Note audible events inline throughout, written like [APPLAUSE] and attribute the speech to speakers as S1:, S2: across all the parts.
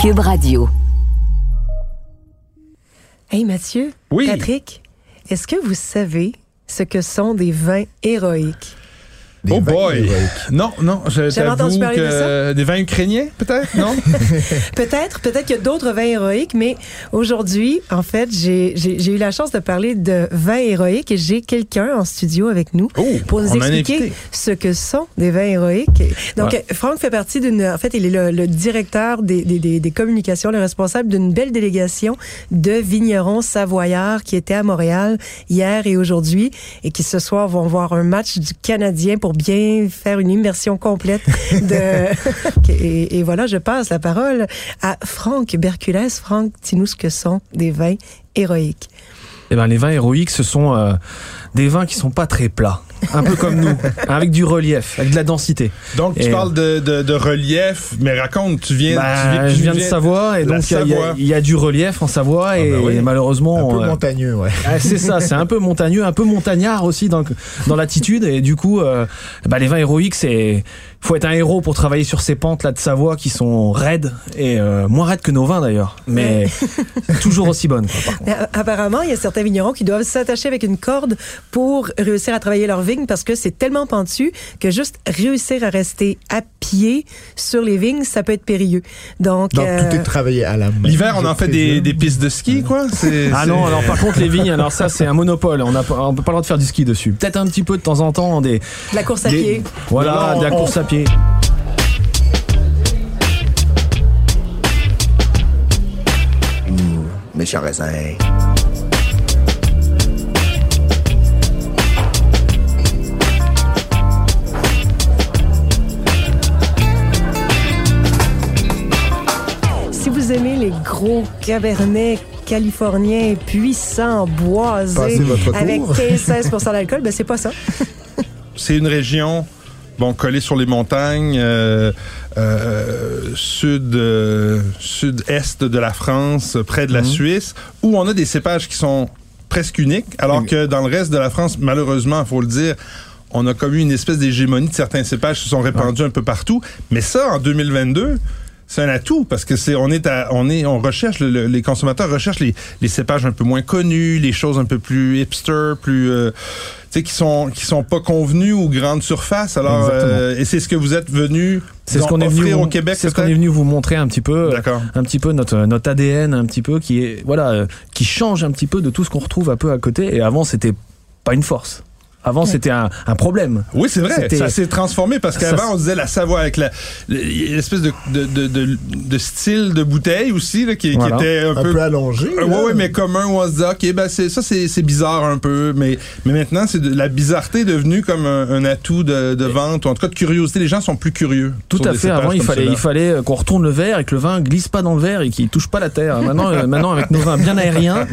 S1: Cube Radio.
S2: Hey Mathieu,
S3: Oui.
S2: Patrick, est-ce que vous savez ce que sont des vins héroïques?
S4: Des
S3: oh
S4: vins
S3: boy!
S4: héroïques.
S3: Non, non, je
S2: J'avais entendu
S3: t'avoue
S2: parler de
S3: que des vins ukrainiens, peut-être?
S4: [LAUGHS]
S3: Non?
S2: Peut-être, peut-être qu'il y a d'autres vins héroïques, mais aujourd'hui, en fait, j'ai j'ai- j'ai eu la chance de parler de vins héroïques et j'ai quelqu'un en studio avec nous
S3: Oh,
S2: pour nous
S3: on a un
S2: expliquer
S3: invité.
S2: ce que sont des vins héroïques. Donc,
S3: Ouais.
S2: euh, Franck fait partie d'une... En fait, il est le, le directeur des, des- des- des communications, le responsable d'une belle délégation de vignerons savoyards qui était à Montréal hier et aujourd'hui et qui ce soir vont voir un match du Canadien pour bien faire une immersion complète de... et, et voilà, je passe la parole à Franck Berculès. Franck, dis-nous ce que sont des vins héroïques.
S5: Eh ben, les vins héroïques, ce sont euh, des vins qui sont pas très plats. Un peu comme nous, avec du relief, avec de la densité.
S3: Donc, tu
S5: Et-
S3: parles de, de- de relief, mais raconte, tu viens, tu
S5: Bah,
S3: viens- tu
S5: je viens de
S3: viens-
S5: Savoie et
S3: la
S5: donc il y a- il y,
S3: Savoie.
S5: a- il y a du relief en Savoie et,
S3: ben oui.
S5: et
S4: Un
S5: malheureusement
S4: peu
S5: on, euh,
S4: montagneux, ouais.
S5: ah, c'est ça, c'est un peu montagneux, un peu montagnard aussi dans, dans l'attitude et du coup euh, bah, les vins héroïques c'est faut être un héros pour travailler sur ces pentes là de Savoie qui sont raides et euh, moins raides que nos vins d'ailleurs, mais toujours aussi bonnes. quoi, par contre.
S2: Mais, euh, Apparemment, il y a certains vignerons qui doivent s'attacher avec une corde pour réussir à travailler leur vigne parce que c'est tellement pentu que juste réussir à rester à pied sur les vignes, ça peut être périlleux. Donc,
S4: Donc,
S2: euh,
S4: tout est travaillé à la main.
S3: L'hiver, on
S4: je
S3: en fait des,
S4: présume.
S3: des pistes de ski, quoi? C'est-
S5: Ah
S3: c'est-
S5: non, alors par contre les vignes, alors ça c'est un monopole, on n'a pas- on peut pas le droit de faire du ski dessus. Peut-être un petit peu de temps en temps des
S2: de la course à
S5: des-
S2: pied.
S5: Voilà,
S4: Non,
S5: de la
S4: on-
S5: course à pied.
S6: mes chers raisins.
S2: Si vous aimez les gros cabernets californiens puissants,
S4: Passez
S2: boisés,
S4: votre tour.
S2: avec 15-16 d'alcool, ben c'est pas ça.
S3: C'est une région, bon, collée sur les montagnes, euh, euh, sud, euh, sud-est de la France, près de la Suisse, où on a des cépages qui sont presque uniques, alors que dans le reste de la France, malheureusement, il faut le dire, on a commis une espèce d'hégémonie de certains cépages qui se sont répandus un peu partout. Mais ça, en 2022, c'est un atout parce que c'est on est à, on est on recherche le- le- les consommateurs recherchent les, les cépages un peu moins connus, les choses un peu plus hipster, plus euh, tu sais qui sont qui sont pas convenus ou grande surface. Alors
S5: Exactement.
S3: euh, et c'est ce que vous êtes venu
S5: C'est ce qu'on est venu
S3: offrir
S5: vous-
S3: au Québec
S5: c'est ce qu'on
S3: peut-être?
S5: est venu vous montrer un petit peu, euh,
S3: D'accord.
S5: un petit peu notre notre ADN un petit peu qui est voilà euh, qui change un petit peu de tout ce qu'on retrouve un peu à côté et avant c'était pas une force. Avant c'était un, un problème.
S3: Oui, c'est vrai.
S5: C'était-
S3: Ça s'est transformé parce
S5: Ça
S3: qu'avant,
S5: s-
S3: on disait la Savoie avec la- l'espèce de, de, de, de- de style de bouteille aussi, là, qui, qui
S5: Voilà.
S3: était un,
S4: Un peu allongé.
S3: Euh,
S4: là.
S3: ouais, ouais, mais commun, où on se dit, OK, ben c'est, ça, c'est, c'est bizarre un peu, mais, mais maintenant, c'est de- la bizarreté est devenue comme un, un atout de, de vente, ou en tout cas de curiosité. Les gens sont plus curieux.
S5: Tout
S3: sur
S5: à
S3: des
S5: fait.
S3: cépages
S5: Avant, il
S3: comme
S5: fallait,
S3: ceux-là.
S5: il fallait euh, qu'on retourne le verre et que le vin glisse pas dans le verre et qu'il touche pas la terre. Maintenant, euh, maintenant avec nos vins bien aériens,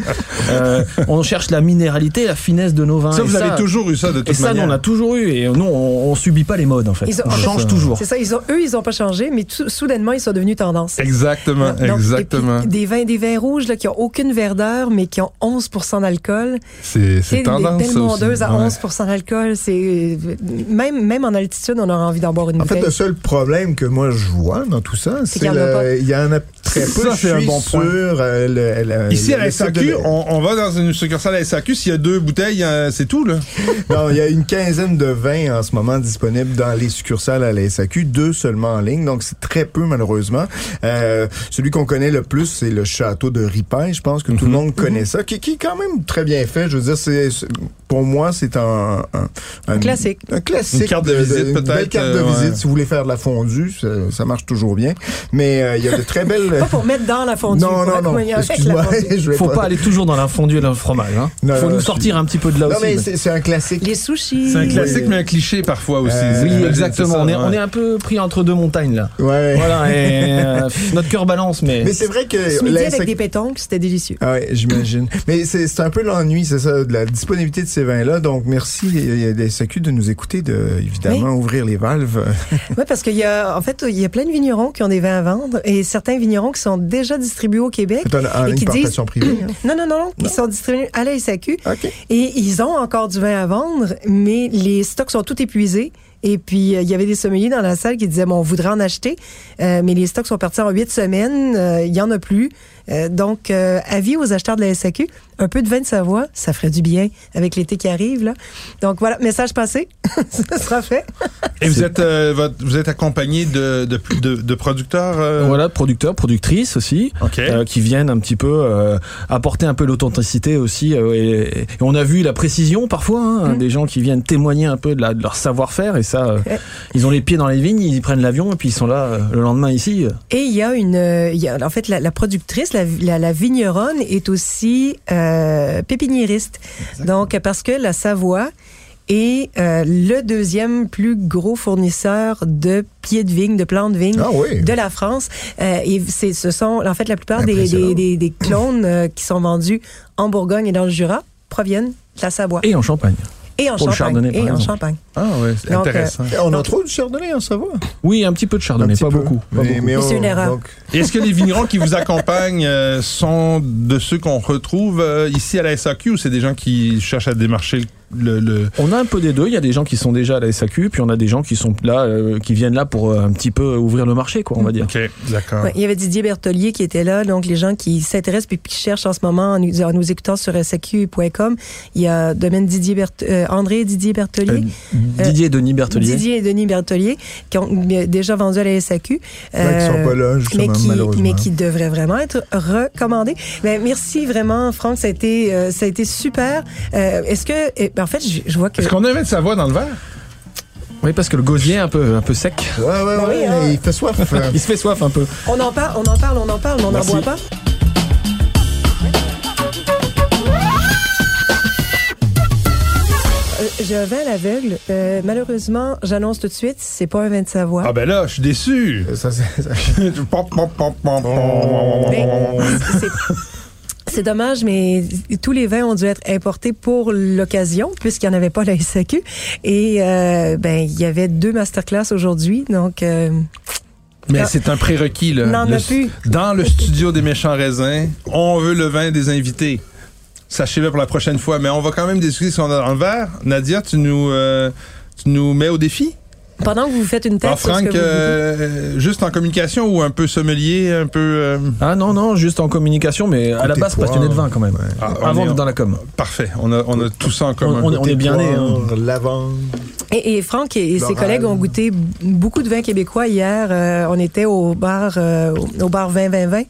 S5: euh, on cherche la minéralité, la finesse de nos vins.
S3: Ça,
S5: Et
S3: vous avez toujours eu ça, de toute
S5: Et ça, nous,
S3: manière.
S5: on a toujours eu. Et nous, on, on subit pas les modes en fait.
S2: Ils ont-
S5: on
S2: en fait,
S5: change toujours.
S2: C'est ça, ils ont, eux, ils ont pas changé, mais tout- soudainement, ils sont devenus tendance.
S3: Exactement,
S2: Non, donc,
S3: exactement.
S2: et puis, des vins, des vins rouges là, qui n'ont aucune verdeur, mais qui ont 11 d'alcool.
S3: c'est, c'est
S2: des
S3: tendance,
S2: belles
S3: ça aussi.
S2: mondeuses à
S3: Ouais.
S2: 11 d'alcool, c'est même même en altitude, on aura envie d'en boire une
S4: En fait, euh,
S2: bouteille.
S4: le seul problème que moi je vois dans tout ça,
S2: qu'il
S4: c'est
S2: y en a pas.
S4: le- il y en a très peu.
S3: Ça,
S4: je
S3: c'est un
S4: suis
S3: bon
S4: sur
S3: point.
S4: euh, le- le-
S3: Ici,
S4: le-
S3: à la
S4: le site de-
S3: SAQ, on, on va dans une succursale à la SAQ. S'il y a deux bouteilles, euh, c'est tout, là.
S4: Non, il y a une quinzaine de vins en ce moment disponibles dans les succursales à la SAQ, deux seulement en ligne, donc c'est très peu malheureusement. Euh, celui qu'on connaît le plus, c'est le château de Ripin, je pense que
S3: Mhm.
S4: tout le monde connaît ça, qui, qui est quand même très bien fait. Je veux dire, c'est c'est- pour moi, c'est un, un, un-
S2: classique.
S4: Un classique.
S3: Une carte de visite,
S4: une
S3: peut-être,
S4: belle carte de
S3: euh,
S4: visite,
S3: ouais.
S4: si vous voulez faire de la fondue, ça, ça marche toujours bien. Mais euh, il y a de très belles...
S2: Pas pour mettre dans la fondue.
S4: non,
S2: pour
S4: non,
S2: être
S4: non,
S2: moyen avec la
S4: excuse-moi, [LAUGHS]
S2: fondue.
S4: je vais
S5: Faut pas aller toujours dans la fondue et dans le fromage. Hein.
S4: Non,
S5: Faut
S4: non,
S5: nous
S4: je
S5: sortir un petit peu de là
S4: Non,
S5: aussi.
S4: mais
S5: mais-
S4: c'est c'est un classique.
S2: Les sushis.
S5: C'est un classique.
S3: Classique, mais un cliché parfois aussi.
S4: Euh,
S5: Oui,
S3: J'imagine,
S5: exactement.
S3: c'est ça,
S5: on, est, on
S3: ouais.
S5: est un peu pris entre deux
S3: [LAUGHS]
S5: montagnes là.
S4: Ouais.
S5: Voilà, et euh, pff, notre cœur balance, mais,
S4: Mais c'est vrai que
S2: Ce midi
S4: la
S2: avec
S4: SAQ
S2: des pétonques, c'était délicieux.
S4: Ah ouais, j'imagine. Mais c'est c'est un peu l'ennui, c'est ça, de la disponibilité de ces vins-là. Donc, merci, il y a des SAQ de nous écouter, de, évidemment, ouvrir les valves. euh,
S2: Oui, parce qu'il y a, en fait, il y a plein de vignerons qui ont des vins à vendre et certains vignerons qui sont déjà distribués au Québec.
S4: C'est en- en
S2: et
S4: ligne
S2: qui
S4: par
S2: disent,
S4: station privée, hein?
S2: [CLEARS THROAT] non, non, non, non, ils sont distribués à la SAQ
S4: OK.
S2: et ils ont encore du vin à vendre, mais les stocks sont tout épuisés Et puis, euh, il y avait des sommeliers dans la salle qui disaient, bon, on voudrait en acheter, euh, mais les stocks sont partis en huit semaines, euh, il y en a plus. Euh, donc, euh, avis aux acheteurs de la SAQ, un peu de vin de Savoie, ça ferait du bien avec l'été qui arrive. Là. Donc voilà, message passé, [LAUGHS] ça sera fait.
S3: Et vous êtes, euh, votre- vous êtes accompagné de, de, plus- de- de producteurs. euh,
S5: Voilà, producteurs, productrices aussi,
S3: Ok.
S5: euh, qui viennent un petit peu euh, apporter un peu l'authenticité aussi. euh, et, et on a vu la précision parfois, hein, des gens qui viennent témoigner un peu de, la- de leur savoir-faire. Et ça, euh,
S2: Mm. Ouais.
S5: ils ont les pieds dans les vignes, ils prennent l'avion et puis ils sont là euh, le lendemain ici.
S2: Et il y a une, euh, il y a- en fait, la, la productrice, la, la- la vigneronne est aussi euh, pépiniériste. Donc parce que la Savoie est euh, le deuxième plus gros fournisseur de pieds de vigne, de plants de vigne
S4: Ah oui.
S2: de la France. Euh, et c'est, ce sont, en fait, la plupart des,
S4: Impressionnant.
S2: des, des- des clones euh, qui sont vendus en Bourgogne et dans le Jura proviennent de la Savoie.
S5: Et en Champagne.
S2: Et en
S5: pour le
S2: Champagne.
S5: Chardonnay, par
S2: Et en
S5: exemple.
S2: Champagne.
S3: Ah ouais, c'est
S2: Donc,
S3: intéressant.
S5: euh,
S4: On a
S2: Donc-
S4: trop de chardonnay en Savoie.
S5: Oui, un petit peu de
S4: Un
S5: chardonnay,
S4: petit
S5: pas
S4: peu.
S5: beaucoup. pas
S4: Mais,
S5: beaucoup.
S4: mais
S2: Mais c'est
S4: on-
S2: une erreur.
S4: donc,
S3: Est-ce que les vignerons qui vous accompagnent euh, sont de ceux qu'on retrouve euh, ici à la SAQ ou c'est des gens qui cherchent à démarcher le... le-
S5: On a un peu des deux. Il y a des gens qui sont déjà à la SAQ, puis on a des gens qui sont là, euh, qui viennent là pour euh, un petit peu ouvrir le marché, quoi, on
S2: Mm.
S5: va dire.
S3: Ok, d'accord.
S2: Ouais, il y avait Didier Bertolier qui était là, donc les gens qui s'intéressent puis qui cherchent en ce moment en nous, en nous écoutant sur euh, sq.com, il y a domaine Didier Bert- euh, André et Didier Bertolier.
S5: Euh, Didier et Denis Bertelier.
S2: Didier et Denis Bertolier, qui ont euh, déjà vendu à la SAQ.
S4: ouais, qui sont
S2: euh,
S4: pas là, justement,
S2: mais qui,
S4: malheureusement.
S2: mais qui devrait vraiment être recommandé. Ben, merci vraiment, Franck. Ça a été, euh, ça a été super. Euh, Est-ce que, eh, ben, en fait, je, je vois que.
S3: Est-ce qu'on a un vin de Savoie dans le verre?
S5: Oui, parce que le gosier est un peu, un peu sec.
S4: Ouais, ouais,
S2: oui,
S4: ouais,
S2: hein.
S4: il fait soif.
S5: [LAUGHS]
S4: hein.
S5: Il se fait soif un peu.
S2: On en parle, on en parle, on en parle, mais on n'en
S5: Merci.
S2: boit pas. Euh, J'ai un vin à l'aveugle. Euh, malheureusement, j'annonce tout de suite, c'est pas un vin de Savoie.
S3: Ah ben là, je suis déçu.
S4: Ça, c'est- ça-
S3: Pom, pom, pom, pom, pom.
S2: Mais Ben, c'est- C'est dommage, mais tous les vins ont dû être importés pour l'occasion, puisqu'il n'y en avait pas à la SAQ. Et euh, ben, il y avait deux masterclass aujourd'hui, donc euh,
S3: Mais
S2: Ah.
S3: c'est un prérequis. là.
S2: N'en
S3: Euh, Le
S2: a
S3: stu- Dans le studio des méchants raisins, on veut le vin des invités. Sachez-le pour la prochaine fois. Mais on va quand même discuter si on a dans le verre. Nadia, tu nous, euh, tu nous mets au défi?
S2: pendant que vous faites une tête,
S3: Alors,
S2: sur ce
S3: Ah, Franck,
S2: que vous
S3: euh, juste en communication ou un peu sommelier, un peu... euh,
S5: Ah non, non, juste en communication, mais à la
S4: Côté
S5: base
S4: poire.
S5: passionné de vin quand même.
S3: Ah, on
S5: Avant
S3: est-
S5: d'être dans la com.
S3: Parfait, on a, on a tout ça en commun.
S5: On- on est bien né, hein.
S4: Poire, Lavande.
S2: Et, et Franck et, et ses
S4: Laurel.
S2: collègues ont goûté b- beaucoup de vins québécois hier. Euh, on était au bar, euh, au- au bar 20-20-20.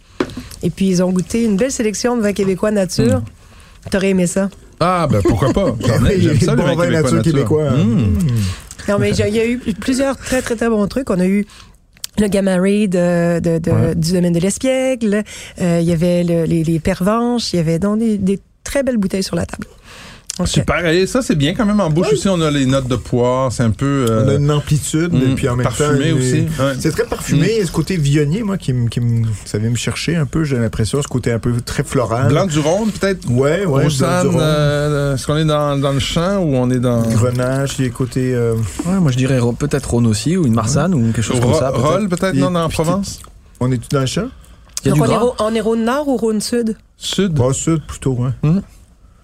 S2: Et puis, ils ont goûté une belle sélection de vins québécois nature. T'aurais aimé ça?
S3: Ah, ben pourquoi
S4: [LAUGHS]
S3: pas. J'en ai- J'aime ça, le
S4: Bon
S3: vin
S4: vin
S3: québécois.
S4: nature québécois.
S3: Mm.
S2: Non, mais j'ai- il y a eu plusieurs très, très, très bons trucs. On a eu le Gamari de, de- de-
S5: Ouais.
S2: du domaine de l'espiègle. Euh, il y avait le- les, les pervenches. Il y avait donc des, des très belles bouteilles sur la table. Donc,
S3: Super, et ça c'est bien quand même en bouche aussi, on a les notes de poire, c'est un peu... euh,
S4: On a une amplitude,
S3: mm,
S4: et puis en même temps.
S3: parfumé
S4: une-
S3: aussi. ouais.
S4: C'est très parfumé.
S5: Mm.
S4: Il y a ce côté vionnier, moi, qui, me- qui me- ça vient me chercher un peu, j'ai l'impression, ce côté un peu très floral.
S3: Blanc du Rhône, peut-être
S4: Ouais, ouais,
S3: Roussanne,
S4: du- du-
S3: euh, est-ce qu'on est dans, dans le champ ou on est dans...
S4: Grenache, il y a côté. euh,
S5: Ouais, moi je dirais ro- peut-être Rhône aussi, ou une Marsanne, ou quelque chose comme
S3: Ro-
S5: ça. peut-être.
S3: Roll, peut-être,
S4: Et
S3: non, en
S4: puis-
S3: Provence
S4: on est tout dans le champ?
S5: Il y a
S2: donc
S5: du
S2: on, est
S5: gras.
S2: au- on est Rhône Nord ou Rhône Sud?
S3: Sud
S4: Bah, sud plutôt, hein.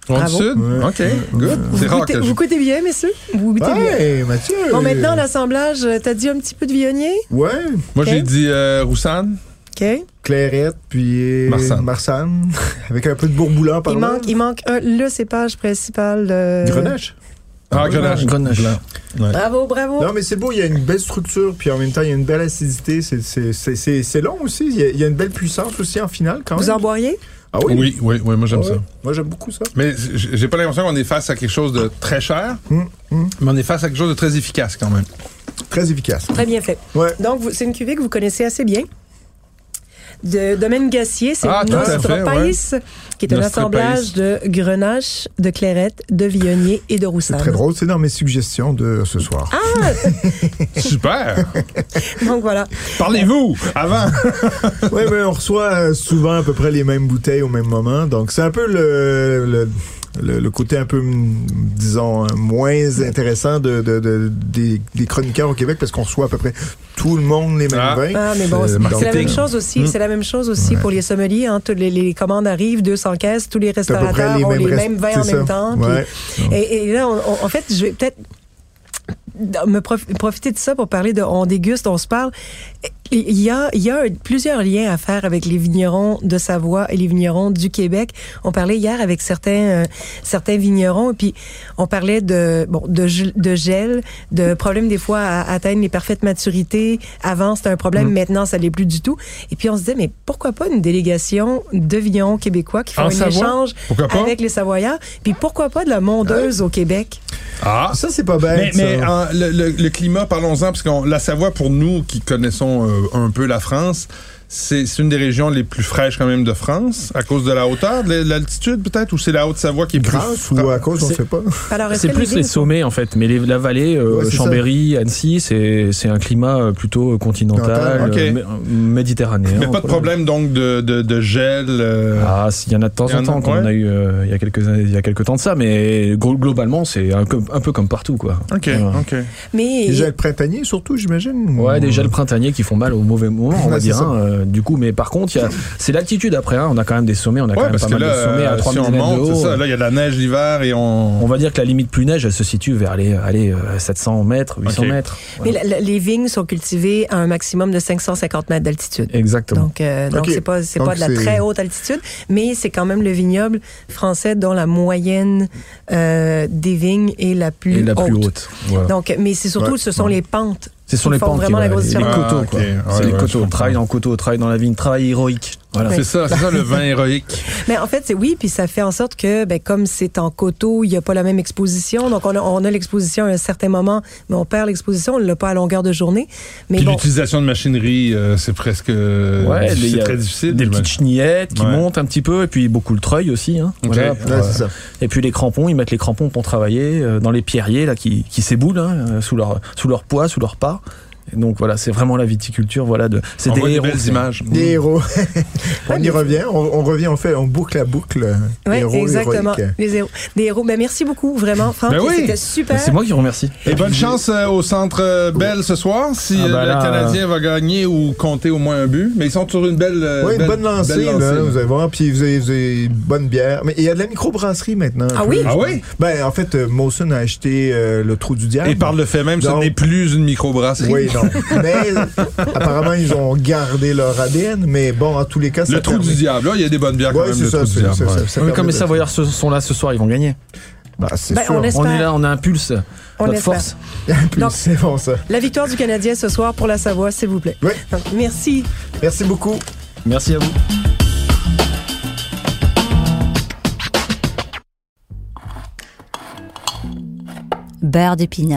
S3: Rhône
S2: Bravo.
S3: Sud
S4: Ouais.
S3: Ok, good. C'est
S2: Vous
S3: rare
S2: goûtez,
S3: que je...
S2: vous goûtez bien, messieurs? Vous goûtez bien?
S4: Ouais, Mathieu!
S2: Bon, maintenant, l'assemblage, euh, t'as dit un petit peu de viognier?
S4: Ouais,
S3: Moi j'ai
S2: Ok.
S3: dit euh, Roussanne.
S2: OK.
S4: Clairette, puis.
S3: Marsanne.
S4: Marsanne. [LAUGHS] Avec un peu de bourboulon par
S2: Il
S4: là.
S2: manque, il manque un, le cépage principal. euh,
S4: Grenache.
S3: Ah, Grenache.
S5: Grenache.
S3: Blanc.
S2: Bravo, bravo.
S4: Non, mais c'est beau, il y a une belle structure, puis en même temps, il y a une belle acidité. C'est- c'est- C'est c'est- c'est long aussi. Il y, a, il y a une belle puissance aussi en finale, quand même.
S2: Vous en boiriez?
S4: Ah
S3: Oui, oui, oui, moi j'aime
S4: Ouais.
S3: ça.
S4: Moi, j'aime beaucoup ça.
S3: Mais j- j'ai pas l'impression qu'on est face à quelque chose de très cher,
S4: Hum, hum.
S3: mais on est face à quelque chose de très efficace quand
S4: [LAUGHS]
S3: même.
S4: Très efficace.
S2: Très bien fait.
S4: Ouais.
S2: Donc, vous- c'est une cuvée que vous connaissez assez bien. De Domaine Gassier, c'est
S3: Ah, tout à fait,
S2: Nostropais, qui est un
S3: Nostropais.
S2: assemblage de Grenache, de Clairette, de Viognier et de
S4: C'est
S2: Roussanne.
S4: très drôle. C'est dans mes suggestions de ce soir.
S2: Ah,
S4: [LAUGHS]
S3: Super!
S2: donc voilà.
S3: Parlez-vous avant!
S4: Oui, mais on reçoit euh, souvent à peu près les mêmes bouteilles au même moment. Donc, c'est un peu le, le, le- le côté un peu, mm, disons, euh, moins intéressant de, de- de- des, des chroniqueurs au Québec parce qu'on reçoit à peu près tout le monde les mêmes
S3: Ah.
S4: vins.
S2: Ah, mais bon,
S4: Euh,
S2: c'est c'est la
S4: marketing. Hmm.
S2: même chose aussi. C'est la même chose aussi pour les sommeliers. Hein, toutes les, les commandes arrivent, 215, tous les
S4: C'est à peu près
S2: restaurateurs ont les
S4: rest-
S2: mêmes vins en
S4: c'est
S3: Hein.
S2: même
S4: ça.
S2: temps. puis-
S4: Ouais.
S2: Et, et là, on- on- en fait, je vais peut-être me prof- profiter de ça pour parler de on déguste, on se parle. Il y a, il y a plusieurs liens à faire avec les vignerons de Savoie et les vignerons du Québec. On parlait hier avec certains, euh, certains vignerons, et puis on parlait de, bon, de, gel- de gel, de problèmes des fois à atteindre les parfaites maturités. Avant, c'était un problème,
S3: Mm.
S2: maintenant, ça l'est plus du tout. Et puis on se disait, mais pourquoi pas une délégation de vignerons québécois qui font
S3: En
S2: un
S3: Savoie?
S2: échange
S3: Pourquoi pas?
S2: avec les Savoyards, puis pourquoi pas de la mondeuse au Québec?
S3: Ah!
S4: Ça, c'est pas bête.
S3: Mais, mais, euh,
S4: ça.
S3: en- le, le- le climat, parlons-en, parce que la Savoie, pour nous qui connaissons euh, un peu la France, c'est c'est une des régions les plus fraîches quand même de France, à cause de la hauteur, de l'altitude peut-être, ou c'est la Haute-Savoie qui est
S4: Grâce
S3: plus
S4: ou
S3: fra-
S4: à cause, on
S5: C'est-
S4: sait pas.
S2: Alors, est-ce
S5: C'est
S2: que
S5: plus
S2: vignes
S5: les
S2: sont-
S5: sommets en fait, mais les- la vallée, euh,
S4: Ouais, c'est
S5: Chambéry, Annecy, c'est c'est un climat euh, plutôt continental,
S3: Ok.
S5: euh, mé- méditerranéen.
S3: Mais pas de
S5: quoi.
S3: problème donc de, de- de gel. euh,
S5: Ah, s'il y en a de temps
S3: Il y en
S5: en
S3: a,
S5: temps, qu'on
S3: ouais.
S5: en a eu euh, il y a quelques années- il y a quelques temps de ça, mais glo- globalement c'est un, co- un peu comme partout quoi.
S3: Ok,
S5: Ouais.
S4: Ah.
S3: ok.
S2: Mais
S4: Les gels printaniers, surtout, j'imagine.
S5: Ouais, des
S3: Hmm.
S5: gels printaniers qui font mal au mauvais moment,
S3: [LAUGHS]
S5: on
S4: Ouais,
S5: va
S4: c'est
S5: dire.
S4: ça.
S5: hein, euh, du coup, mais par contre, il y a- c'est l'altitude après. hein, on a quand même des sommets, on a quand
S3: Ouais,
S5: même
S3: parce
S5: pas
S3: que
S5: mal
S3: là,
S5: de sommets à
S3: euh,
S5: 3000
S3: si on
S5: mètres de
S3: monte,
S5: haut.
S3: c'est ça, là, il y a de la neige l'hiver et on...
S5: On va dire que la limite plus neige, elle se situe vers les allez, euh, 700 mètres, 800
S3: Ok.
S5: mètres.
S2: Mais la- la- les vignes sont cultivées à un maximum de 550 mètres d'altitude.
S5: Exactement.
S2: Donc, euh, donc
S4: Ok.
S2: c'est pas c'est
S4: Donc,
S2: pas de la
S4: c'est-
S2: très haute altitude, mais c'est quand même le vignoble français dont la moyenne euh, des vignes est la plus,
S5: et la plus
S2: haute.
S5: haute. Voilà.
S2: Donc, mais c'est surtout, ce sont les pentes.
S5: Ce sont
S2: qui
S5: les
S2: font
S5: pentes, qui,
S2: vraiment la
S5: ouais,
S2: grosse
S5: les
S2: différence.
S5: coteaux,
S3: Ah, ok.
S5: quoi.
S3: Ouais,
S5: c'est
S3: ouais,
S5: les
S3: je
S5: coteaux.
S3: comprends.
S5: On travaille dans le coteau, on travaille dans la vigne, travail héroïque. Voilà.
S3: C'est ça, c'est ça le
S5: [LAUGHS]
S3: vin héroïque.
S2: Mais en fait, c'est oui, puis ça fait en sorte que, ben, comme c'est en coteau, il n'y a pas la même exposition. Donc, on a, on a l'exposition à un certain moment, mais on perd l'exposition, on ne l'a pas à longueur de journée. Mais
S3: Puis
S2: bon,
S3: l'utilisation de machinerie, euh, c'est presque... euh,
S5: Ouais,
S3: difficile,
S5: des- il y a
S3: très difficile.
S5: Des
S3: j'imagine.
S5: petites chenillettes qui
S3: Ouais.
S5: montent un petit peu, et puis beaucoup le treuil aussi. hein.
S3: Ok.
S5: Voilà, pour,
S4: Ouais,
S5: euh,
S4: c'est ça.
S5: et puis les crampons, ils mettent les crampons pour travailler euh, dans les pierriers là, qui, qui s'éboulent hein, euh, sous, leur, sous leur poids, sous leur part. Et donc voilà, c'est vraiment la viticulture. Voilà, de, c'est
S3: On
S5: des
S3: voit des
S5: héros,
S3: belles
S5: c'est-
S3: images.
S4: Des héros. [LAUGHS] on
S2: mais-
S4: y revient, on, on revient, on fait, on boucle la boucle. euh,
S2: Oui,
S4: héros
S2: exactement.
S4: héroïque.
S2: Les héros. Des héros. Ben, merci beaucoup, vraiment, Franck.
S3: Ben oui.
S2: C'était super.
S5: C'est moi qui vous remercie.
S3: Et bonne chance euh, au centre euh, Bell ce soir, si
S5: Oh. Ah,
S3: euh,
S5: bah
S3: le
S5: là,
S3: Canadien va gagner ou compter au moins un but. Mais ils sont sur une belle, euh,
S4: Oui, une
S3: belle-
S4: bonne lancée,
S3: belle
S4: là,
S3: lancée.
S4: vous allez voir. Puis vous avez, vous avez une bonne bière. Mais il y a de la microbrasserie maintenant. un
S2: Ah
S4: peu,
S2: oui?
S4: je
S3: Ah
S4: pense.
S3: oui?
S4: Ben, en fait, euh, Mawson a acheté euh, le Trou du Diable.
S3: Et par le fait même, ce
S4: Donc-
S3: n'est plus une microbrasserie.
S4: Oui, non. Mais [LAUGHS] apparemment, ils ont gardé leur ADN. Mais bon, en tous les cas, ça
S3: le trou
S4: permet-
S3: du diable, là, il y a des bonnes bières quand
S4: Oui,
S3: même.
S4: c'est
S3: le
S4: ça.
S3: trou du
S4: c'est-
S3: diable,
S4: c'est-
S3: ouais.
S4: ça- ça
S5: Mais comme
S4: permet
S5: les
S4: de-
S5: Savoyards se- sont là ce soir, ils vont gagner.
S4: Bah, c'est
S2: Ben,
S4: sûr.
S2: on espère.
S5: On est là, on a un pulse.
S2: On
S5: Notre
S2: espère.
S5: force.
S4: Puis
S2: Donc-
S4: C'est bon, ça.
S2: La victoire du Canadien ce soir pour la Savoie, s'il vous plaît.
S4: Oui.
S2: Donc, merci.
S4: Merci beaucoup.
S5: Merci à vous.
S1: beurre de pinot,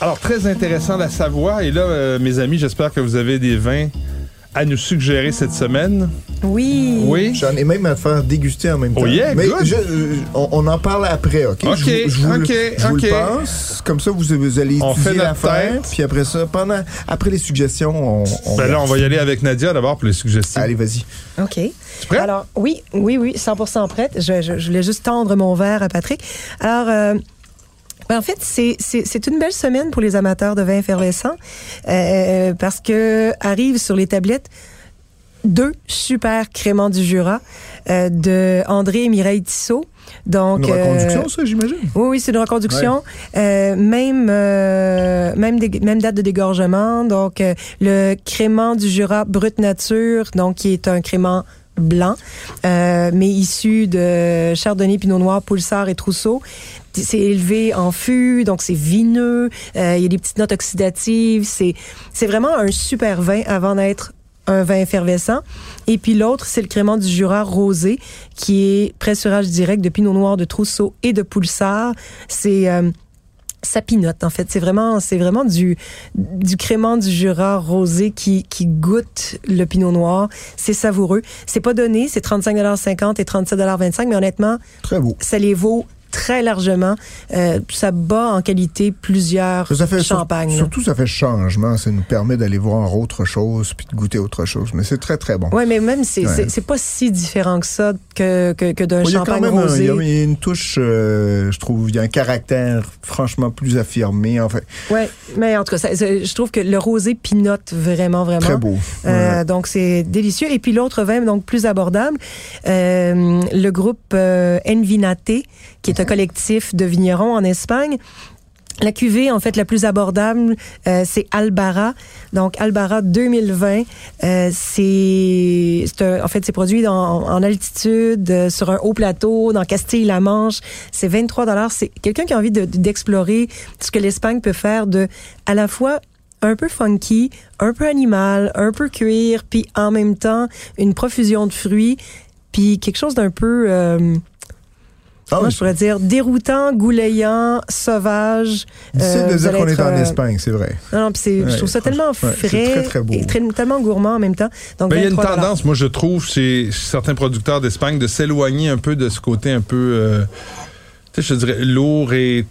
S3: Alors, très intéressant la Savoie. Et là, euh, mes amis, j'espère que vous avez des vins à nous suggérer cette semaine.
S2: Oui.
S3: Oui.
S4: J'en ai même à te faire déguster en même temps.
S3: Oh yeah,
S4: Mais
S3: good.
S4: je- je- on, on en parle après, OK?
S3: Ok,
S4: je, vous- je vous, le-
S3: ok,
S4: je vous
S3: ok.
S4: le passe. Comme ça, vous, vous allez
S3: On fait
S4: étudier
S3: notre
S4: l'affaire.
S3: tête.
S4: Puis après ça, pendant, après les suggestions, on... on
S3: Ben là, on va y aller avec Nadia d'abord pour les suggestions.
S4: Allez, vas-y.
S2: OK.
S3: prête?
S2: Alors, oui, oui, oui, 100 prête. Je, je- je voulais juste tendre mon verre à Patrick. Alors, euh, ben, en fait, c'est- c'est c'est une belle semaine pour les amateurs de vins effervescents euh, parce que arrivent sur les tablettes deux super créments du Jura euh, de André et Mireille Tissot. Donc,
S4: Une
S2: euh,
S4: reconduction, ça, j'imagine?
S2: Oui, oui, c'est une reconduction. Euh, même, euh, même, dég- même date de dégorgement. Donc, euh, le crément du Jura Brut Nature, donc qui est un crément blanc, euh, mais issu de Chardonnay, Pinot Noir, Pulsar et Trousseau. C'est élevé en fût, donc c'est vineux. euh, Il y a des petites notes oxydatives. C'est c'est vraiment un super vin avant d'être un vin effervescent. Et puis l'autre, c'est le crément du Jura rosé, qui est pressurage direct de Pinot Noir, de Trousseau et de Poulsard. C'est euh, ça pinote en fait. C'est vraiment, c'est vraiment du du crément du Jura rosé qui qui goûte le Pinot Noir. C'est savoureux. C'est pas donné. C'est 35,50 et 37,25 Mais honnêtement,
S4: Très beau.
S2: ça les vaut très largement. Euh, ça bat en qualité plusieurs
S4: Ça fait sur-
S2: champagnes. là.
S4: surtout, ça fait changement. Ça nous permet d'aller voir autre chose puis de goûter autre chose. Mais c'est très, très bon.
S2: Ouais, mais même c'est
S4: Ouais.
S2: c'est- c'est pas si différent que ça que que, que d'un
S4: Bon, il y a quand
S2: champagne
S4: même un- il
S2: rosé.
S4: y a- il y a une touche, euh, je trouve, il y a un caractère franchement plus affirmé. Enfin,
S2: Ouais, mais en tout cas, ça- ça- je trouve que le rosé pinote vraiment vraiment.
S4: très beau.
S2: Euh, donc c'est délicieux. Et puis l'autre vin, donc plus abordable, euh, le groupe euh, Envinate, qui est un collectif de vignerons en Espagne. La cuvée, en fait, la plus abordable, euh, c'est Albara. Donc, Albara 2020, euh, c'est, c'est un- en fait, c'est produit dans- en altitude, euh, sur un haut plateau, dans Castille-la-Manche. C'est 23 dollars. C'est quelqu'un qui a envie de- d'explorer ce que l'Espagne peut faire de, à la fois, un peu funky, un peu animal, un peu cuir, puis en même temps, une profusion de fruits, puis quelque chose d'un peu... euh,
S4: Ah
S2: moi,
S4: oui,
S2: je pourrais dire déroutant, goulayant, sauvage.
S4: difficile
S2: Euh,
S4: de
S2: vous
S4: dire
S2: allez
S4: qu'on est
S2: être,
S4: en
S2: euh,
S4: Espagne, c'est vrai.
S2: Non, non, puis c'est- je
S4: Ouais,
S2: trouve ça tellement
S4: franchement, ouais, c'est
S2: frais
S4: très, très beau.
S2: et très- tellement gourmand en même temps. Donc,
S3: Ben, il y a une
S2: 23
S3: tendance, moi, je trouve, chez certains producteurs d'Espagne, de s'éloigner un peu de ce côté un peu, euh, tu sais, je dirais, lourd et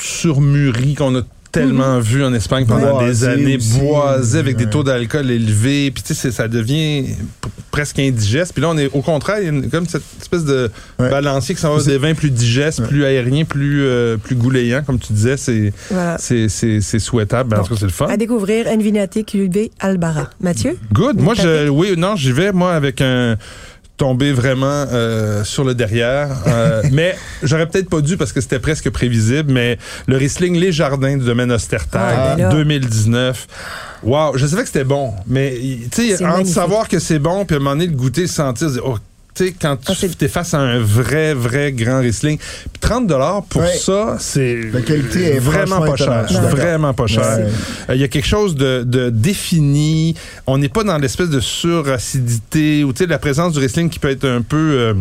S3: surmûri qu'on a tellement vu en Espagne pendant
S4: Ouais.
S3: des
S4: Boisé
S3: années,
S4: aussi.
S3: boisé avec des
S4: Ouais.
S3: taux d'alcool élevés, puis tu sais, c'est- ça devient p- presque indigeste. Puis là, on est au contraire, il y a une- comme cette espèce de
S4: Ouais.
S3: balancier qui s'en va vers
S4: C'est-
S3: des vins plus digestes, plus aériens, plus, euh, plus goulayants, comme tu disais, c'est
S2: Voilà.
S3: c'est- c'est- c'est souhaitable. Ben, en tout cas, c'est le fun.
S2: À découvrir Envinate QB Albara. Mathieu?
S3: Good. Moi,
S2: T'as
S3: je, oui, non, j'y vais, moi, avec un tombé vraiment euh, sur le derrière.
S2: [LAUGHS]
S3: Euh, mais j'aurais peut-être pas dû parce que c'était presque prévisible, mais le Riesling Les Jardins du domaine Ostertag
S2: Ah, ben là.
S3: 2019. Wow, je savais que c'était bon, mais y- tu
S2: C'est
S3: sais, entre
S2: magnifique.
S3: savoir que c'est bon, puis à un moment donné, le goûter, le sentir, se dire, oh, tu sais, quand
S2: Ah,
S3: tu
S2: c'est-
S3: es face à un vrai, vrai grand Riesling, puis 30 pour
S4: Ouais.
S3: ça, c'est
S4: La qualité est
S3: vraiment
S4: franchement
S3: pas cher.
S4: étonnante. Je suis d'accord.
S3: Vraiment pas cher.
S4: Ouais.
S3: Euh, Il y a quelque chose de, de défini. On n'est pas dans l'espèce de suracidité ou tu sais la présence du wrestling qui peut être un peu euh,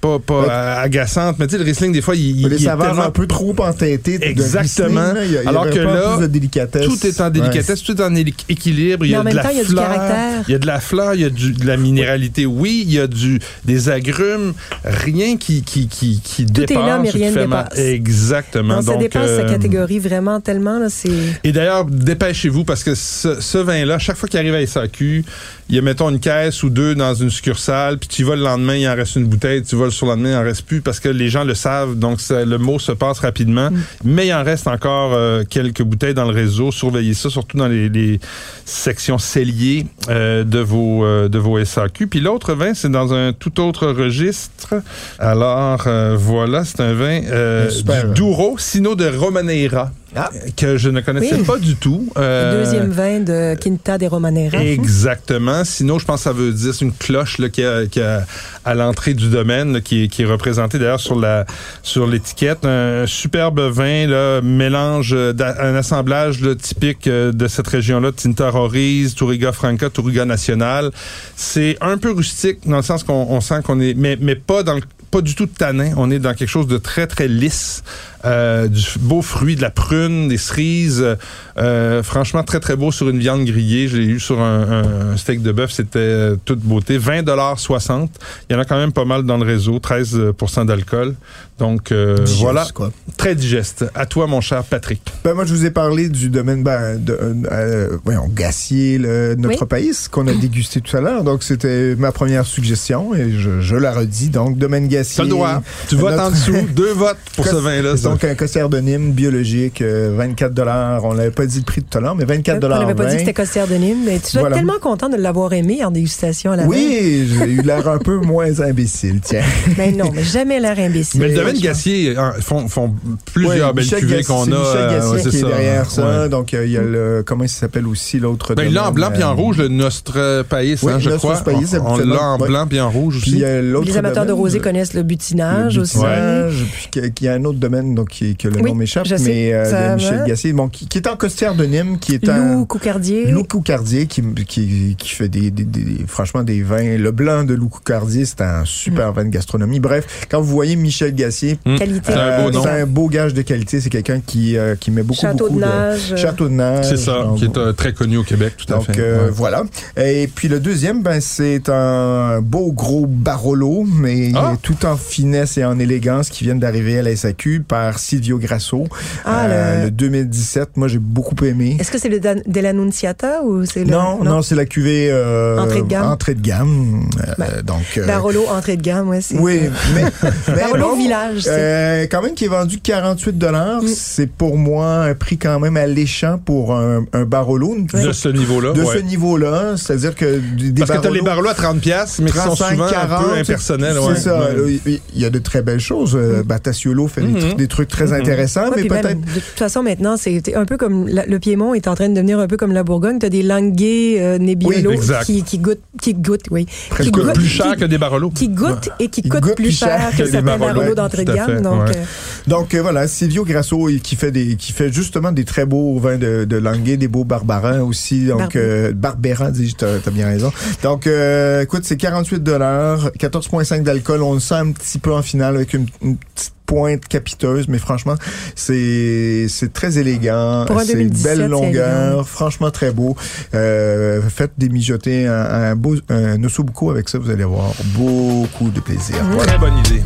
S3: pas, pas
S4: Ouais.
S3: euh, agaçante, mais tu sais le wrestling des fois il, il
S4: les
S3: il est
S4: saveurs
S3: tellement-
S4: un peu trop entêtées. de
S3: Exactement.
S4: Riesling, là, il y a- il y
S3: Alors
S4: avait
S3: que
S4: pas
S3: là,
S4: plus de délicatesse.
S3: tout est en délicatesse, tout est en éli- équilibre. Il y
S2: Mais
S3: a
S2: en
S3: de
S2: même
S3: la
S2: temps, il y a du
S3: fleur,
S2: caractère.
S3: Il y a de la fleur, il y a du- de la minéralité, oui. Il y a du, des agrumes. Rien qui, qui, qui, qui
S2: est
S3: dépasse.
S2: là, mais
S3: ou qui
S2: rien ne
S3: fait mal.
S2: dépasse.
S3: Exactement.
S2: Non, ça
S3: Donc,
S2: dépasse sa
S3: euh,
S2: catégorie vraiment tellement. Là, c'est...
S3: et d'ailleurs, dépêchez-vous parce que ce, ce vin-là, chaque fois qu'il arrive à SAQ, il y a, mettons, une caisse ou deux dans une succursale, puis tu y vas le lendemain, il en reste une bouteille, tu vas le surlendemain, il en reste plus parce que les gens le savent, donc ça- le mot se passe rapidement.
S4: Mm.
S3: Mais il en reste encore euh, quelques bouteilles dans le réseau. Surveillez ça, surtout dans les, les sections celliers euh, de, vos, euh, de vos SAQ. Puis l'autre vin, c'est dans un tout autre registre. Alors, euh, voilà, c'est un vin euh,
S4: Un super
S3: du
S4: vin.
S3: Douro, Sino de Romaneira euh,
S4: Ah.
S3: que je ne connaissais
S2: Oui.
S3: pas du tout.
S2: Le
S3: Euh,
S2: deuxième vin de Quinta de Romanera.
S3: Exactement. Sinon, je pense que ça veut dire c'est une cloche là, qui a, qui a- à l'entrée du domaine là, qui, est- qui est représentée d'ailleurs sur la sur l'étiquette. Un superbe vin, là, mélange, euh, d'a- un assemblage là, typique euh, de cette région-là, Tinta Roriz, Touriga Franca, Touriga Nacional. C'est un peu rustique dans le sens qu'on on sent qu'on est, mais, mais pas dans le- pas du tout de tanin. On est dans quelque chose de très, très lisse. euh, du f- beau fruit, de la prune, des cerises. euh, euh, franchement, très, très beau sur une viande grillée. Je l'ai eu sur un, un- un steak de bœuf. C'était euh, toute beauté. 20,60 Il y en a quand même pas mal dans le réseau. 13 d'alcool. Donc, euh,
S4: Digeste,
S3: voilà.
S4: quoi.
S3: Très digeste. À toi, mon cher Patrick.
S4: Ben, moi, je vous ai parlé du domaine ben, de, euh, euh, voyons, Gassier, le- notre
S2: Oui.
S4: pays, qu'on
S2: [COUGHS]
S4: a dégusté tout à l'heure. Donc, c'était ma première suggestion et je, je la redis. Donc, domaine
S3: Tu
S4: Gassier.
S3: le droit. Tu votes
S4: Notre-
S3: en dessous.
S4: [LAUGHS]
S3: Deux votes pour ce
S4: Cos-
S3: vin-là.
S4: C'est donc un costière de Nîmes biologique, euh, 24 dollars. On l'avait pas dit le prix tout à l'heure, mais 24
S2: On
S4: dollars.
S2: n'avait pas dit que c'était Costière de Nîmes, mais tu dois
S4: Voilà.
S2: être tellement content de l'avoir aimé en dégustation à la veille.
S4: Oui, j'ai eu l'air un peu moins imbécile, tiens.
S2: Mais non, mais jamais l'air imbécile.
S3: Mais le domaine
S2: franchement.
S3: Gassier hein, font, font plusieurs
S4: euh, Ouais,
S3: belles
S4: Michel
S3: cuvées
S4: Gassi-
S3: qu'on
S4: c'est
S3: a.
S4: Michel
S3: euh,
S4: Gassi
S3: ouais,
S4: qui est
S3: ça.
S4: derrière ça.
S3: Ouais.
S4: Donc, euh, il y a le, comment il s'appelle aussi l'autre
S3: Ben, il l'a en
S4: domaine,
S3: blanc puis en
S4: euh,
S3: rouge, le Nostre País,
S4: Oui,
S3: hein, je
S4: Nostre
S3: crois.
S4: País,
S3: On- on
S4: habituellement,
S3: l'a en
S4: ouais.
S3: blanc puis en rouge
S4: Puis euh, il
S3: aussi.
S4: y a l'autre
S2: Les amateurs de
S4: domaine,
S2: rosé
S4: le-
S2: connaissent le butinage
S4: le
S2: aussi.
S4: butinage, puis qu'il y a- qu'il y a un autre domaine donc qui, que le
S2: Oui,
S4: nom m'échappe,
S2: je sais,
S4: mais euh,
S2: ça
S4: de Michel
S2: va.
S4: Gassier, bon, qui, qui est en costière de Nîmes, qui est un
S2: Lou Coucardier.
S4: Lou Coucardier qui, qui, qui fait des, des- des- franchement des vins. Le blanc de Lou Coucardier, c'est un
S2: Mm.
S4: super vin de gastronomie. Bref, quand vous voyez Michel Gassier,
S3: Mm.
S2: Qualité. euh,
S3: C'est un beau nom.
S4: c'est un beau gage de qualité. C'est quelqu'un qui, euh, qui met beaucoup,
S2: Château
S4: beaucoup
S2: de nage.
S4: Château de nage.
S3: C'est ça,
S4: Donc,
S3: qui est euh, très connu au Québec, tout à
S4: donc
S3: fait.
S4: euh,
S3: Ouais.
S4: voilà. Et puis le deuxième, ben c'est un beau gros Barolo, mais
S3: Ah!
S4: tout en finesse et en élégance, qui viennent d'arriver à la SAQ par Silvio Grasso.
S2: Ah,
S4: Euh,
S2: le-
S4: le 2017, moi j'ai beaucoup aimé.
S2: Est-ce que c'est le Dan- de l'Annunziata ou c'est le.
S4: Non, non, c'est la cuvée euh,
S2: Entrée de gamme.
S4: entrée de gamme. Euh,
S2: Ben,
S4: donc, euh,
S2: Barolo, entrée de gamme, ouais. c'est-
S4: oui, mais,
S2: [LAUGHS]
S4: mais
S3: ben
S2: Barolo
S4: bon,
S2: Village, c'est. Mm.
S4: euh, quand même qui est vendu 48 dollars, c'est pour moi un prix quand même alléchant pour un, un Barolo
S3: De ce niveau-là,
S4: de
S3: ouais.
S4: ce niveau-là, c'est-à-dire que des des
S3: Parce que t'as les
S4: Barolo-
S3: barlots à 30$, piastres, mais qui sont
S4: 35,
S3: souvent un
S4: 40,
S3: peu impersonnels.
S4: C'est
S3: ouais.
S4: ça.
S3: Ouais.
S4: là, il- Il y a de très belles choses. Euh, Batassiolo fait des
S3: Mhm.
S4: trucs- des trucs très
S3: Mhm.
S4: intéressants,
S2: Ouais,
S4: mais
S2: puis même,
S4: peut-être.
S2: de toute façon, maintenant, c'est un peu comme la- le Piémont est en train de devenir un peu comme la Bourgogne. Tu as des languets euh, Nebbiolo
S3: Oui, exact.
S2: qui, qui goûtent, qui goûtent, oui.
S3: Qui
S2: qui
S3: coûte
S2: goûtent-
S3: plus cher
S2: qui-
S3: que des barrelots.
S2: Qui goûtent et qui
S4: Ils
S2: coûtent
S4: goûtent
S2: plus cher que
S3: des
S2: certains
S3: Barolo,
S2: Barolo
S3: ouais,
S2: d'entrée
S3: tout
S2: de
S3: à
S2: gamme.
S3: fait,
S2: Donc,
S3: ouais.
S2: euh,
S4: Donc euh, voilà, Silvio Grasso il- qui fait des, qui fait justement des très beaux vins de, de Languet, des beaux barbarins aussi. Donc
S2: Barbe-
S4: euh, Barbera, dis, t'as as bien raison. Donc euh, écoute, c'est 48 dollars, 14,5 d'alcool. On le sent un petit peu en finale avec une, une petite pointe capiteuse, mais franchement, c'est c'est très élégant.
S2: Pour un
S4: C'est
S2: 2017,
S4: belle
S2: c'est élégant.
S4: longueur, franchement très beau. Euh, faites des mijotés, un, un beau un osso bucco avec ça, vous allez avoir beaucoup de plaisir. Voilà.
S3: Très bonne idée.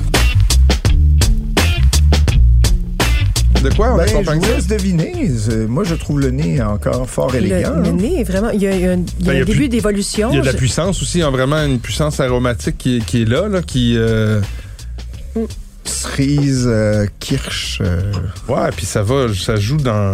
S3: De quoi on
S4: Ben,
S3: accompagne
S4: je vous
S3: ça?
S4: laisse deviner. Euh, Moi, je trouve le nez encore fort
S2: le,
S4: élégant.
S2: le
S4: hein.
S2: nez est vraiment. Il y a, il y a un- il y a
S3: Ben, il y a
S2: un début
S3: plus-
S2: d'évolution.
S3: Il y a de la
S2: Je-
S3: puissance aussi, hein, vraiment une puissance aromatique qui est, qui est là, là, qui... euh,
S4: Cerise, euh, kirsch, euh,
S3: Ouais, puis ça va, ça joue dans...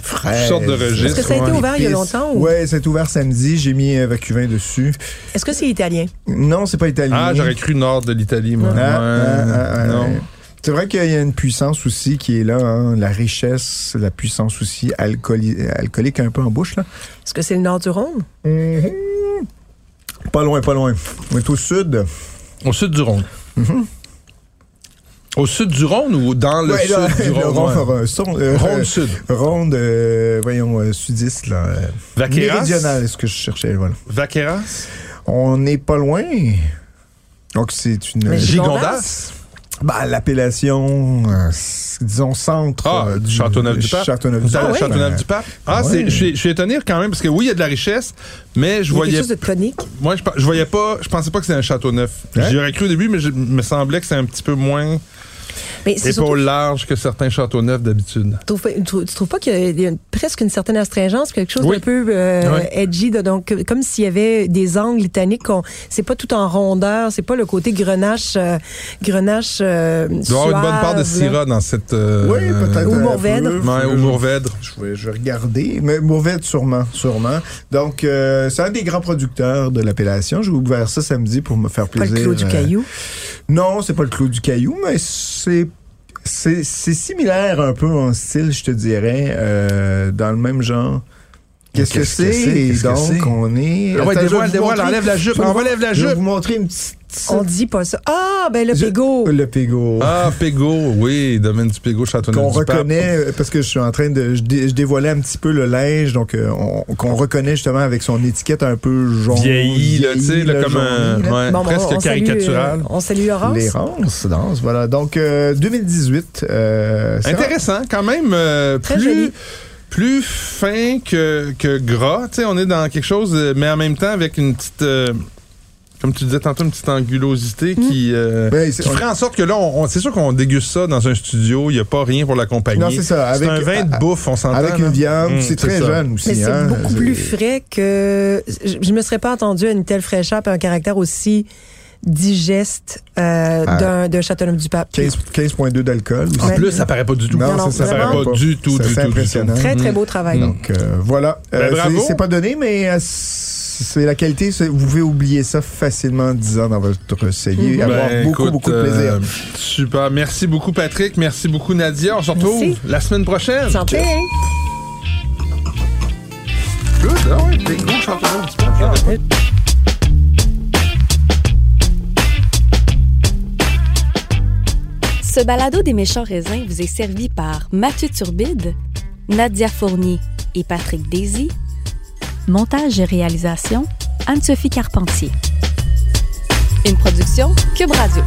S4: fraise.
S3: Toutes sortes de registres.
S2: Est-ce que ça a été
S3: Ouais.
S2: ouvert il y a longtemps? ou-
S4: Ouais, c'est ouvert samedi. J'ai mis un vacuvin dessus.
S2: Est-ce que c'est italien?
S4: Non, c'est pas italien.
S3: Ah, j'aurais cru nord de l'Italie,
S4: Ah,
S3: moi.
S4: ah,
S3: Ouais,
S4: ah, ah,
S3: non.
S4: ouais. C'est vrai qu'il y a une puissance aussi qui est là, hein. la richesse, la puissance aussi alcooli- alcoolique un peu en bouche là.
S2: Est-ce que c'est le nord du Rhône?
S3: Euh, Mm-hmm.
S4: Pas loin, pas loin. On est au sud.
S3: Au sud du Rhône.
S4: Mhm.
S3: Au sud du Rhône ou dans le
S4: Ouais,
S3: sud
S4: là,
S3: du
S4: le
S3: Rhône?
S4: rond-
S3: ouais.
S4: euh, son- euh,
S3: Rhône
S4: [LAUGHS]
S3: sud.
S4: ronde, euh, voyons, euh, sudiste, là. euh,
S3: Vaqueras.
S4: méridionale, est ce que je cherchais, voilà.
S3: Vaqueras.
S4: On n'est pas loin. Donc, c'est une.
S2: Mais j'ai-
S3: Gigondas.
S4: Bah, l'appellation, euh, c- disons, centre.
S3: Ah,
S4: euh,
S3: Châteauneuf-du-Pape.
S4: Châteauneuf-du-Pape.
S3: Dans la
S4: Ah ouais, ben,
S3: Châteauneuf-du-Pape. Ah,
S4: ouais.
S3: c'est- je suis- je suis étonné quand même, parce que oui, il y a de la richesse, mais
S2: Il y
S3: je
S2: a quelque
S3: voyais
S2: chose de tonique.
S3: Moi, je, pe- je voyais pas, je pensais pas que c'était un château neuf.
S4: Ouais.
S3: J'y aurais cru au début, mais je me semblait que c'est un petit peu moins
S2: Mais c'est
S3: épaule
S2: surtout-
S3: large que certains châteaux neufs d'habitude.
S2: Tu trouves- tu tu trouves pas qu'il y a- il y a une- presque une certaine astringence, quelque chose
S3: Oui.
S2: d'un peu euh,
S3: Ouais.
S2: edgy, de- donc que- comme s'il y avait des angles italiques. qu'on- C'est pas tout en rondeur, c'est pas le côté grenache, euh, grenache. euh,
S3: Il doit y avoir une bonne
S2: suave,
S3: part de
S2: là.
S3: Syrah dans cette. euh,
S4: Oui, peut-être.
S2: Ou
S4: un
S2: Mourvèdre.
S4: peu.
S3: Ouais, ou Mourvèdre.
S4: Je vais, je vais regarder. Mais Mourvèdre, sûrement, sûrement. Donc, euh, c'est un des grands producteurs de l'appellation. J'ai ouvert ça samedi pour me faire
S2: Pas
S4: plaisir.
S2: le clos du
S4: euh,
S2: caillou.
S4: Non, c'est pas le clou du caillou, mais c'est c'est c'est similaire un peu en style, je te dirais, euh, dans le même genre. Qu'est-ce que
S3: Qu'est-ce que
S4: c'est
S3: c'est?
S4: Et
S3: Qu'est-ce que
S4: donc
S3: c'est?
S4: on est.
S3: Ah ouais,
S4: Attends, je
S3: dévoile,
S4: vais vous
S3: dévoile,
S4: montrer-
S3: enlève la jupe,
S4: je vais vous-
S3: enlève la
S4: Je vais
S3: jupe.
S4: vous montrer une petite.
S2: On dit pas ça. Ah, ben le
S4: Je-
S2: pégo.
S4: Le Pégo.
S3: Ah, Pégo, oui, domaine du Pégo, château neuf.
S4: Qu'on reconnaît, euh, parce que je suis en train de. Je, dé- je dévoilais un petit peu le linge, donc euh, on- qu'on reconnaît justement avec son étiquette un peu jaune.
S3: Vieilli, là, tu sais, là,
S4: là,
S3: comme un.
S4: jaunie, là.
S3: ouais,
S2: Bon, bon,
S3: presque
S2: on salue,
S3: caricatural.
S2: euh, on salue Horace.
S4: Les rances, danse, voilà. Donc, euh, 2018. euh, c'est
S3: Intéressant, quand même. euh,
S2: Très
S3: plus,
S2: joli.
S3: plus fin que, que gras. Tu sais, on est dans quelque chose, euh, mais en même temps avec une petite. euh, comme tu disais tantôt, une petite angulosité qui, euh,
S4: Ben, c'est-
S3: qui ferait en sorte que là, on, on- c'est sûr qu'on déguste ça dans un studio, il n'y a pas rien pour l'accompagner.
S4: Non, c'est ça, avec-
S3: un vin de
S4: à-
S3: bouffe, on s'entend.
S4: Avec une
S3: là.
S4: viande,
S3: Mm,
S4: c'est très
S3: ça.
S4: jeune aussi.
S2: Mais c'est
S4: hein.
S2: beaucoup plus frais que. Je, je me serais pas attendu à une telle fraîcheur et un caractère aussi digeste euh,
S4: Ah.
S2: d'un d'un Châteauneuf-du-Pape.
S4: 15 15,2 d'alcool aussi.
S3: En
S2: Ouais.
S3: plus, ça paraît pas du tout.
S4: Non,
S2: non,
S4: c'est
S3: ça paraît
S2: vraiment
S3: pas du tout,
S4: C'est
S3: du tout, du tout.
S4: impressionnant.
S2: Très, très beau travail.
S4: Donc, euh, voilà.
S3: Ben,
S4: Euh,
S3: bravo.
S4: c'est- c'est pas donné, mais euh, c'est la qualité. c'est- Vous pouvez oublier ça facilement en 10 ans dans votre cellier et
S2: Hum.
S3: Ben,
S4: avoir beaucoup,
S3: écoute,
S4: beaucoup de plaisir.
S3: euh, super. Merci beaucoup, Patrick. Merci beaucoup, Nadia. On se retrouve
S2: Merci.
S3: la semaine prochaine.
S2: Santé!
S3: Good, ah ouais, des gros champignons du Pape,
S2: Ah,
S3: là.
S1: Ce balado des méchants raisins vous est servi par Mathieu Turbide, Nadia Fournier et Patrick Daisy.
S6: Montage et réalisation, Anne-Sophie Carpentier.
S1: Une production Cube Radio.